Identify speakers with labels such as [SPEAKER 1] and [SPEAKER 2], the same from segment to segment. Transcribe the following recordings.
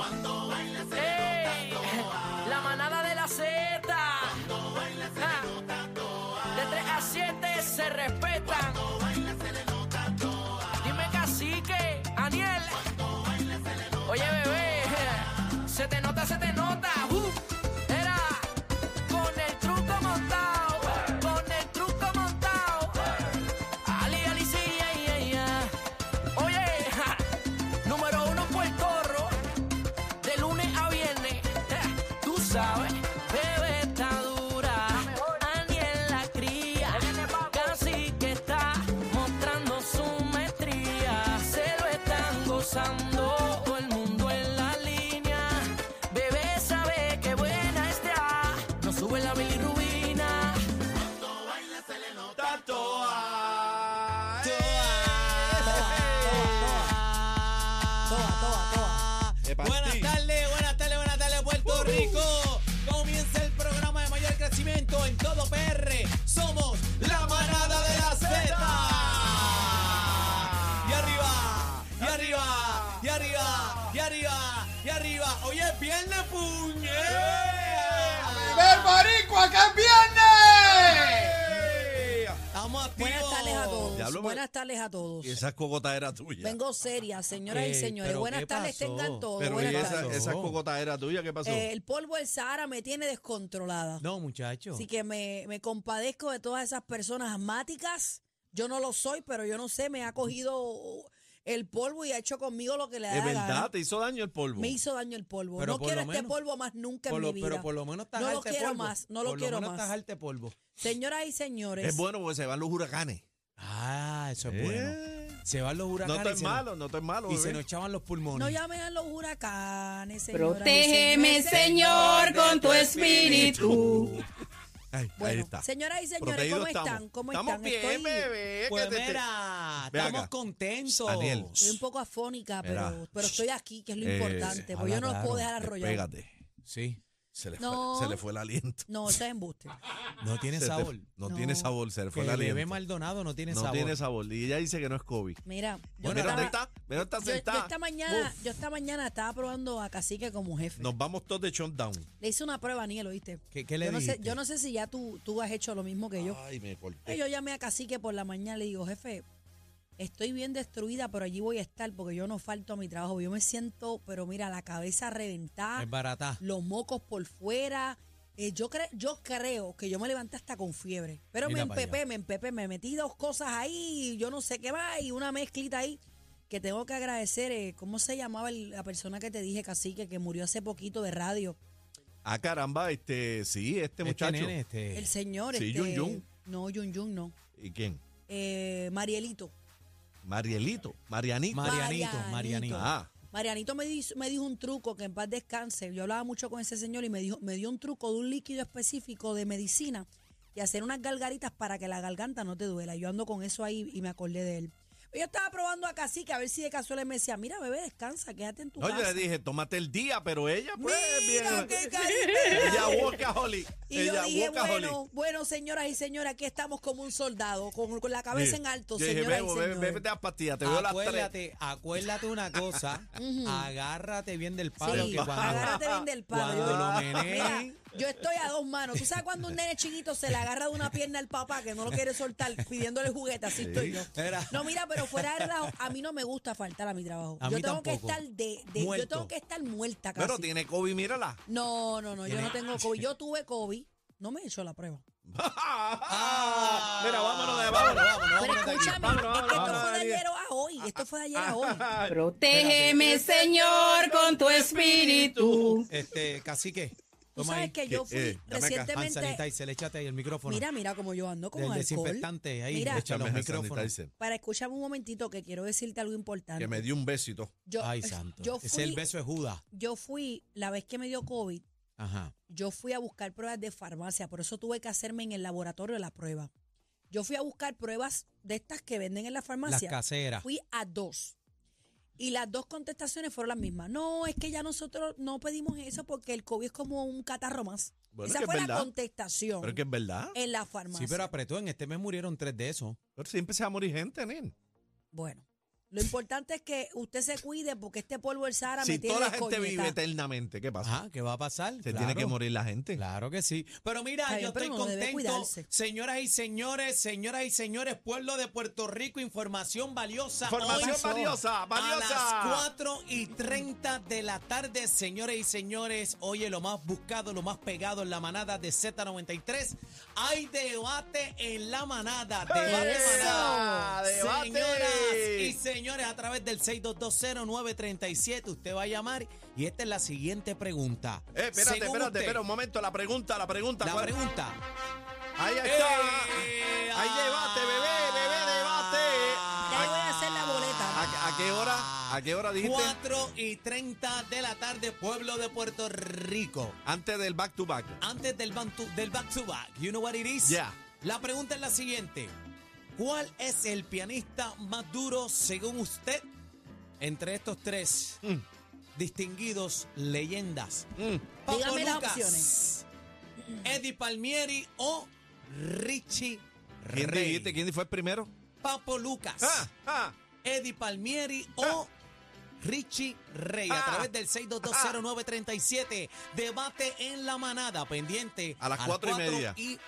[SPEAKER 1] ¡Ey! La manada de la Z. De 3 a 7 se respetan. Dime cacique, Aniel. Oye, bebé. Se te nota, se te nota. Uh, era con el truco montado. Con el truco montado. Ali, ali, sí, ay, ay, ay. Oye, ja, número uno en Puerto Rico de lunes a viernes. eh, Tú sabes, bebé está dura, Aniel la cría, casi que está mostrando su maestría. Se lo están gozando. todo el mundo en la línea. Bebé sabe que buena está, no sube la bilirrubina.
[SPEAKER 2] Buenas tardes, buenas tardes, buenas tardes, Puerto Rico. Comienza el programa de mayor crecimiento en todo PR. Somos la manada de la Z. Y arriba, y arriba, y arriba, y arriba, y arriba. Hoy es viernes, puñe.
[SPEAKER 3] ¡Ver boricua que es viernes!
[SPEAKER 2] Estamos activos.
[SPEAKER 4] Buenas tardes a todos.
[SPEAKER 5] Diablo,
[SPEAKER 4] Buenas tardes a todos.
[SPEAKER 5] Y esa cogota era tuya.
[SPEAKER 4] Vengo seria, señoras
[SPEAKER 2] Ey,
[SPEAKER 4] y
[SPEAKER 2] Eh,
[SPEAKER 4] señores.
[SPEAKER 2] ¿pero
[SPEAKER 4] Buenas
[SPEAKER 2] qué
[SPEAKER 4] tardes
[SPEAKER 2] pasó?
[SPEAKER 4] tengan todos.
[SPEAKER 5] Pero
[SPEAKER 4] Buenas
[SPEAKER 5] y esa,
[SPEAKER 4] tardes.
[SPEAKER 5] esa cogota era tuya, ¿qué pasó?
[SPEAKER 4] Eh, el polvo del Sahara me tiene descontrolada.
[SPEAKER 2] No, muchachos.
[SPEAKER 4] Así que me, me compadezco de todas esas personas asmáticas. Yo no lo soy, pero yo no sé, me ha cogido el polvo y ha hecho conmigo lo que le da
[SPEAKER 5] de
[SPEAKER 4] la
[SPEAKER 5] verdad,
[SPEAKER 4] gana.
[SPEAKER 5] te hizo daño el polvo.
[SPEAKER 4] Me hizo daño el polvo.
[SPEAKER 2] Pero
[SPEAKER 4] no
[SPEAKER 2] por
[SPEAKER 4] quiero
[SPEAKER 2] lo
[SPEAKER 4] este
[SPEAKER 2] menos-
[SPEAKER 4] polvo más nunca
[SPEAKER 2] Por
[SPEAKER 4] en
[SPEAKER 2] lo-
[SPEAKER 4] mi vida.
[SPEAKER 2] Pero por lo menos
[SPEAKER 4] no lo
[SPEAKER 2] tajarte
[SPEAKER 4] quiero
[SPEAKER 2] polvo.
[SPEAKER 4] más, no lo
[SPEAKER 2] Por
[SPEAKER 4] quiero
[SPEAKER 2] menos
[SPEAKER 4] más.
[SPEAKER 2] tajarte polvo.
[SPEAKER 4] Señoras y señores,
[SPEAKER 5] es bueno porque se van los huracanes.
[SPEAKER 2] Ah, eso es
[SPEAKER 5] Eh.
[SPEAKER 2] bueno. Se van los
[SPEAKER 5] No
[SPEAKER 2] huracanes.
[SPEAKER 5] esto
[SPEAKER 2] y
[SPEAKER 5] es
[SPEAKER 2] se nos-
[SPEAKER 5] malo, no esto es malo.
[SPEAKER 2] Y
[SPEAKER 5] bebé.
[SPEAKER 2] se nos echaban los pulmones.
[SPEAKER 4] no llamen a los huracanes, señoras y
[SPEAKER 6] Protégeme,
[SPEAKER 4] señores.
[SPEAKER 6] Señor, con tu espíritu.
[SPEAKER 5] Ay, ahí
[SPEAKER 4] Bueno,
[SPEAKER 5] está.
[SPEAKER 4] señoras y señores,
[SPEAKER 5] Protegidos
[SPEAKER 4] ¿cómo
[SPEAKER 5] estamos.
[SPEAKER 4] están? ¿Cómo
[SPEAKER 5] estamos
[SPEAKER 4] están?
[SPEAKER 5] bien,
[SPEAKER 4] Estoy-
[SPEAKER 5] bebé. que
[SPEAKER 2] Pues
[SPEAKER 5] te- te-
[SPEAKER 2] mira,
[SPEAKER 5] Ve
[SPEAKER 2] estamos
[SPEAKER 5] acá.
[SPEAKER 2] contentos.
[SPEAKER 5] Daniel,
[SPEAKER 4] Estoy un poco afónica, pero,
[SPEAKER 5] Mira,
[SPEAKER 4] pero estoy aquí, que es lo
[SPEAKER 5] eh,
[SPEAKER 4] importante, porque yo no los
[SPEAKER 2] habla
[SPEAKER 4] puedo
[SPEAKER 2] claro,
[SPEAKER 4] dejar arrollar.
[SPEAKER 5] Pégate.
[SPEAKER 2] Sí,
[SPEAKER 5] Se le,
[SPEAKER 4] No.
[SPEAKER 5] fue, se le fue el aliento.
[SPEAKER 4] No, eso es embuste.
[SPEAKER 2] no tiene
[SPEAKER 5] Se te-
[SPEAKER 2] sabor.
[SPEAKER 5] no,
[SPEAKER 4] No.
[SPEAKER 5] tiene sabor, se le
[SPEAKER 2] Que
[SPEAKER 5] fue el
[SPEAKER 2] el bebé
[SPEAKER 5] aliento.
[SPEAKER 2] Maldonado no tiene
[SPEAKER 5] no
[SPEAKER 2] sabor.
[SPEAKER 5] tiene sabor. Y ella dice que no es COVID.
[SPEAKER 4] Mira, yo,
[SPEAKER 2] Bueno,
[SPEAKER 5] Pues mira dónde
[SPEAKER 4] estaba-
[SPEAKER 5] está, mira dónde está
[SPEAKER 4] yo- yo
[SPEAKER 5] sentada.
[SPEAKER 4] esta mañana,
[SPEAKER 5] Uf,
[SPEAKER 4] yo esta mañana estaba probando a Cacique como jefe.
[SPEAKER 5] nos vamos todos de shutdown.
[SPEAKER 4] Le hice una prueba a Niel, ¿oíste?
[SPEAKER 2] ¿Qué- qué le
[SPEAKER 4] yo no, sé,
[SPEAKER 2] dijiste?
[SPEAKER 4] yo no sé si ya tú, tú has hecho lo mismo que yo. Pues
[SPEAKER 5] Ay, me corté.
[SPEAKER 4] Yo llamé a Cacique por la mañana y le digo, jefe, estoy bien destruida, pero allí voy a estar porque yo no falto a mi trabajo. Yo me siento, pero mira, la cabeza reventada.
[SPEAKER 2] Es barata.
[SPEAKER 4] los mocos por fuera. Eh, yo, cre- yo creo que yo me levanté hasta con fiebre. Pero
[SPEAKER 2] Mira
[SPEAKER 4] me
[SPEAKER 2] pa'
[SPEAKER 4] empepé, me empepé, me metí dos cosas ahí, yo no sé qué va, y una mezclita ahí que tengo que agradecer. eh, ¿Cómo se llamaba el- la persona que te dije, Cacique, que murió hace poquito de radio?
[SPEAKER 5] Ah, caramba, este, sí, este muchacho.
[SPEAKER 2] Este nene, este.
[SPEAKER 4] El señor.
[SPEAKER 5] sí,
[SPEAKER 4] este,
[SPEAKER 5] Yun Yun.
[SPEAKER 4] No, Yun Yun no.
[SPEAKER 5] ¿Y quién?
[SPEAKER 4] Eh, Marielito.
[SPEAKER 5] Marielito, Marianito.
[SPEAKER 2] Ma- Marianito, Marianito.
[SPEAKER 5] ah,
[SPEAKER 4] Marianito me dijo, me dijo un truco que en paz descanse. Yo hablaba mucho con ese señor y me dijo, me dio un truco de un líquido específico de medicina y hacer unas galgaritas para que la garganta no te duela. Yo ando con eso ahí y me acordé de él. Yo estaba probando a Cacique a ver si de casualidad me decía, mira bebé, descansa, quédate en tu
[SPEAKER 5] no, yo
[SPEAKER 4] casa.
[SPEAKER 5] le dije, tómate el día, pero ella, pues,
[SPEAKER 4] Mira
[SPEAKER 5] bien.
[SPEAKER 4] qué carita.
[SPEAKER 5] Ella boca, Holly.
[SPEAKER 4] Y
[SPEAKER 5] ella
[SPEAKER 4] yo dije,
[SPEAKER 5] boca,
[SPEAKER 4] bueno, bueno, señoras y señores, aquí estamos como un soldado, con, con la cabeza en alto,
[SPEAKER 5] Yo dije,
[SPEAKER 4] señoras
[SPEAKER 5] bebo,
[SPEAKER 4] y
[SPEAKER 5] bebe,
[SPEAKER 4] señores.
[SPEAKER 5] bébete las pastillas, te veo a las tres.
[SPEAKER 2] Acuérdate, acuérdate una cosa. agárrate bien del palo.
[SPEAKER 4] Sí,
[SPEAKER 2] que cuando,
[SPEAKER 4] agárrate bien del padre.
[SPEAKER 2] Cuando lo
[SPEAKER 4] Mira,
[SPEAKER 2] meneen,
[SPEAKER 4] yo estoy a dos manos. ¿Tú sabes cuando un nene chiquito se le agarra de una pierna al papá que no lo quiere soltar pidiéndole juguete? Así estoy yo.
[SPEAKER 2] Era-
[SPEAKER 4] No, mira, pero fuera de relajo, a mí no me gusta faltar a mi trabajo.
[SPEAKER 2] A
[SPEAKER 4] yo
[SPEAKER 2] mí
[SPEAKER 4] tengo que
[SPEAKER 2] tampoco.
[SPEAKER 4] estar de, de- yo
[SPEAKER 2] Muerto.
[SPEAKER 4] tengo que estar muerta casi.
[SPEAKER 5] Pero tiene COVID, mírala.
[SPEAKER 4] No, no, no, yo no tengo COVID. Yo tuve COVID. No me he hecho la prueba.
[SPEAKER 7] Ah,
[SPEAKER 4] Ah.
[SPEAKER 5] Mira, vámonos de vámonos, vámonos.
[SPEAKER 4] Pero
[SPEAKER 5] vámonos de aquí.
[SPEAKER 4] escúchame,
[SPEAKER 5] Vámonos,
[SPEAKER 4] es que
[SPEAKER 5] vámonos,
[SPEAKER 4] esto fue de
[SPEAKER 5] vámonos,
[SPEAKER 4] ayer a hoy. Esto fue de ayer a hoy.
[SPEAKER 6] Protégeme, Señor, con tu espíritu.
[SPEAKER 2] este, cacique,
[SPEAKER 4] Tú
[SPEAKER 2] Toma
[SPEAKER 4] sabes
[SPEAKER 2] ahí.
[SPEAKER 4] que yo fui
[SPEAKER 7] eh, dame acá,
[SPEAKER 2] Hand
[SPEAKER 4] recientemente.
[SPEAKER 2] sanitizer, échate ahí el micrófono.
[SPEAKER 4] Mira, mira cómo yo ando con
[SPEAKER 2] Del
[SPEAKER 4] alcohol.
[SPEAKER 2] desinfectante, ahí,
[SPEAKER 4] Mira,
[SPEAKER 2] échalo.
[SPEAKER 7] Échame
[SPEAKER 2] los
[SPEAKER 7] hand
[SPEAKER 2] micrófonos.
[SPEAKER 7] sanitizer,
[SPEAKER 4] para escúchame un momentito que quiero decirte algo importante.
[SPEAKER 7] Que me dio un besito.
[SPEAKER 4] yo,
[SPEAKER 2] Ay, santo.
[SPEAKER 4] Yo
[SPEAKER 2] Ese es el
[SPEAKER 4] fui,
[SPEAKER 2] beso de Judas.
[SPEAKER 4] yo fui, la vez que me dio COVID,
[SPEAKER 2] Ajá.
[SPEAKER 4] yo fui a buscar pruebas de farmacia, por eso tuve que hacerme en el laboratorio la prueba. Yo fui a buscar pruebas de estas que venden en la
[SPEAKER 2] Las
[SPEAKER 4] farmacia.
[SPEAKER 2] caseras.
[SPEAKER 4] Fui a dos. Y las dos contestaciones fueron las mismas. No, es que ya nosotros no pedimos eso porque el COVID es como un catarro más.
[SPEAKER 7] Bueno,
[SPEAKER 4] Esa
[SPEAKER 7] que es
[SPEAKER 4] fue la
[SPEAKER 7] verdad.
[SPEAKER 4] contestación
[SPEAKER 7] Pero es que es verdad.
[SPEAKER 4] en la
[SPEAKER 2] Sí,
[SPEAKER 4] farmacia.
[SPEAKER 2] pero apretó. En este mes murieron tres de esos.
[SPEAKER 7] Pero siempre se va a morir gente, nen.
[SPEAKER 4] Bueno, lo importante es que usted se cuide porque este polvo del Sahara me
[SPEAKER 7] Si
[SPEAKER 4] tiene
[SPEAKER 7] toda la gente
[SPEAKER 4] coñeta.
[SPEAKER 7] vive eternamente, ¿qué pasa?
[SPEAKER 2] Ajá, ¿qué va a pasar?
[SPEAKER 7] Se
[SPEAKER 2] Ah, Claro.
[SPEAKER 7] tiene que morir la gente.
[SPEAKER 2] Claro que sí. Pero mira,
[SPEAKER 4] Está
[SPEAKER 2] yo
[SPEAKER 4] bien, pero
[SPEAKER 2] estoy
[SPEAKER 4] uno debe
[SPEAKER 2] contento.
[SPEAKER 4] cuidarse.
[SPEAKER 2] Señoras y señores, señoras y señores, pueblo de Puerto Rico, información valiosa.
[SPEAKER 7] Información
[SPEAKER 2] Hoy
[SPEAKER 7] valiosa, valiosa.
[SPEAKER 2] A las 4 y 30 de la tarde, señores y señores. Oye, lo más buscado, lo más pegado en la manada de Z93. Hay debate en la manada. Debate
[SPEAKER 4] ¡Eso!
[SPEAKER 2] manada.
[SPEAKER 7] ¡Debate!
[SPEAKER 2] Señoras y señores, a través del 6220937, usted va a llamar. Y esta es la siguiente pregunta.
[SPEAKER 7] Eh, espérate,
[SPEAKER 2] Según
[SPEAKER 7] espérate,
[SPEAKER 2] usted,
[SPEAKER 7] espera un momento. La pregunta, la pregunta.
[SPEAKER 2] La
[SPEAKER 7] ¿cuál?
[SPEAKER 2] pregunta.
[SPEAKER 7] Ahí está.
[SPEAKER 2] ¡Eh!
[SPEAKER 7] Hay debate, bebé, bebé, debate.
[SPEAKER 4] Ya le voy a hacer la boleta.
[SPEAKER 7] ¿A, a qué hora? ¿A qué hora dijiste?
[SPEAKER 2] 4 y 30 de la tarde, pueblo de Puerto Rico.
[SPEAKER 7] Antes del back to back.
[SPEAKER 2] Antes del, ban- tu- del back to back, you know what it is?
[SPEAKER 7] Yeah.
[SPEAKER 2] La pregunta es la siguiente. ¿Cuál es el pianista más duro según usted entre estos tres
[SPEAKER 7] Mm.
[SPEAKER 2] distinguidos leyendas?
[SPEAKER 7] Mm.
[SPEAKER 2] Papo
[SPEAKER 4] Dígame las
[SPEAKER 2] Lucas,
[SPEAKER 4] opciones.
[SPEAKER 2] Eddie Palmieri o Richie Rey.
[SPEAKER 7] ¿Quién dijiste? ¿Quién fue el primero?
[SPEAKER 2] Papo Lucas.
[SPEAKER 7] Ah, ah.
[SPEAKER 2] Eddie Palmieri o Richie Rey a
[SPEAKER 7] Ah.
[SPEAKER 2] través del 6220937. Debate en la manada pendiente
[SPEAKER 7] A las cuatro y
[SPEAKER 2] cuatro
[SPEAKER 7] media.
[SPEAKER 2] y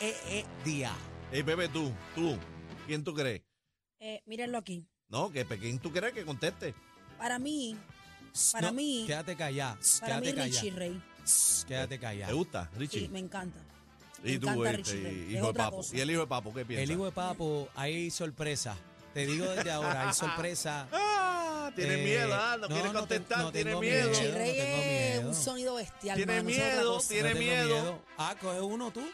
[SPEAKER 2] eh, media.
[SPEAKER 7] Ey, bebé, tú, tú. ¿Quién tú crees?
[SPEAKER 4] Eh, mírenlo aquí.
[SPEAKER 7] No, que ¿quién tú crees que conteste?
[SPEAKER 4] Para mí, Para mí-
[SPEAKER 2] Quédate callada.
[SPEAKER 4] para mí
[SPEAKER 2] Quédate
[SPEAKER 4] Richie
[SPEAKER 2] callada.
[SPEAKER 4] Rey.
[SPEAKER 2] Quédate
[SPEAKER 7] ¿Te
[SPEAKER 2] callada.
[SPEAKER 7] gusta, Richie?
[SPEAKER 4] Sí, me encanta. me
[SPEAKER 7] y tú,
[SPEAKER 4] encanta
[SPEAKER 7] este,
[SPEAKER 4] Richie Ray, es
[SPEAKER 7] hijo de
[SPEAKER 4] otra
[SPEAKER 7] papo.
[SPEAKER 4] cosa.
[SPEAKER 7] ¿Y el hijo de papo qué piensa?
[SPEAKER 2] El hijo de Papo, hay sorpresa. Te digo desde ahora, hay sorpresa.
[SPEAKER 7] Ah, tiene
[SPEAKER 2] Eh,
[SPEAKER 7] miedo, ah,
[SPEAKER 2] no,
[SPEAKER 7] no, quiere
[SPEAKER 2] no te-
[SPEAKER 7] contestar,
[SPEAKER 2] no
[SPEAKER 7] tiene
[SPEAKER 2] tengo
[SPEAKER 7] miedo.
[SPEAKER 4] Richie
[SPEAKER 2] no
[SPEAKER 4] Rey
[SPEAKER 2] tengo
[SPEAKER 4] es
[SPEAKER 2] miedo.
[SPEAKER 4] un sonido bestial.
[SPEAKER 7] Tiene
[SPEAKER 4] mano, eso es otra
[SPEAKER 7] miedo,
[SPEAKER 4] cosa.
[SPEAKER 7] tiene-
[SPEAKER 2] tengo
[SPEAKER 7] miedo.
[SPEAKER 2] Ah, coge uno tú.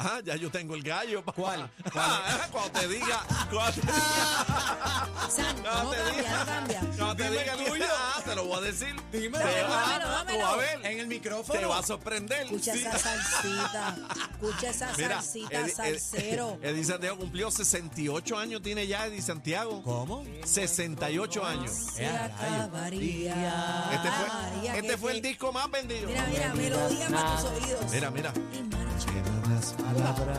[SPEAKER 7] Ah, ya yo tengo el gallo. papá.
[SPEAKER 2] ¿Cuál? ¿Cuál? Ah,
[SPEAKER 7] Ah, cuando te diga, cuando te diga,
[SPEAKER 4] Santo, no
[SPEAKER 7] cuando te
[SPEAKER 4] cambia, no cambia.
[SPEAKER 7] diga, cuando te
[SPEAKER 2] Dime
[SPEAKER 7] diga
[SPEAKER 2] el
[SPEAKER 7] que-
[SPEAKER 2] tuyo.
[SPEAKER 7] ah, te lo voy a decir.
[SPEAKER 2] Dime,
[SPEAKER 7] Te
[SPEAKER 2] dámelo,
[SPEAKER 7] va-
[SPEAKER 4] dámelo,
[SPEAKER 7] tú vas a ver,
[SPEAKER 2] En el micrófono.
[SPEAKER 7] te va a sorprender.
[SPEAKER 4] Escucha
[SPEAKER 7] Sí.
[SPEAKER 4] esa salsita. Escucha esa
[SPEAKER 7] Mira,
[SPEAKER 4] salsita,
[SPEAKER 7] Edi- Edi-
[SPEAKER 4] salsero.
[SPEAKER 7] Edi Santiago cumplió 68 años, tiene ya Edi Santiago.
[SPEAKER 2] ¿Cómo?
[SPEAKER 7] 68 años.
[SPEAKER 4] Se
[SPEAKER 2] Eh, a rayos.
[SPEAKER 4] acabaría.
[SPEAKER 7] Este fue,
[SPEAKER 4] María,
[SPEAKER 7] este
[SPEAKER 4] que
[SPEAKER 7] fue el
[SPEAKER 4] te-
[SPEAKER 7] disco más vendido.
[SPEAKER 4] Mira, mira, melodía para tus oídos.
[SPEAKER 7] Mira, mira.
[SPEAKER 4] Y marcha.
[SPEAKER 7] Eran las palabras.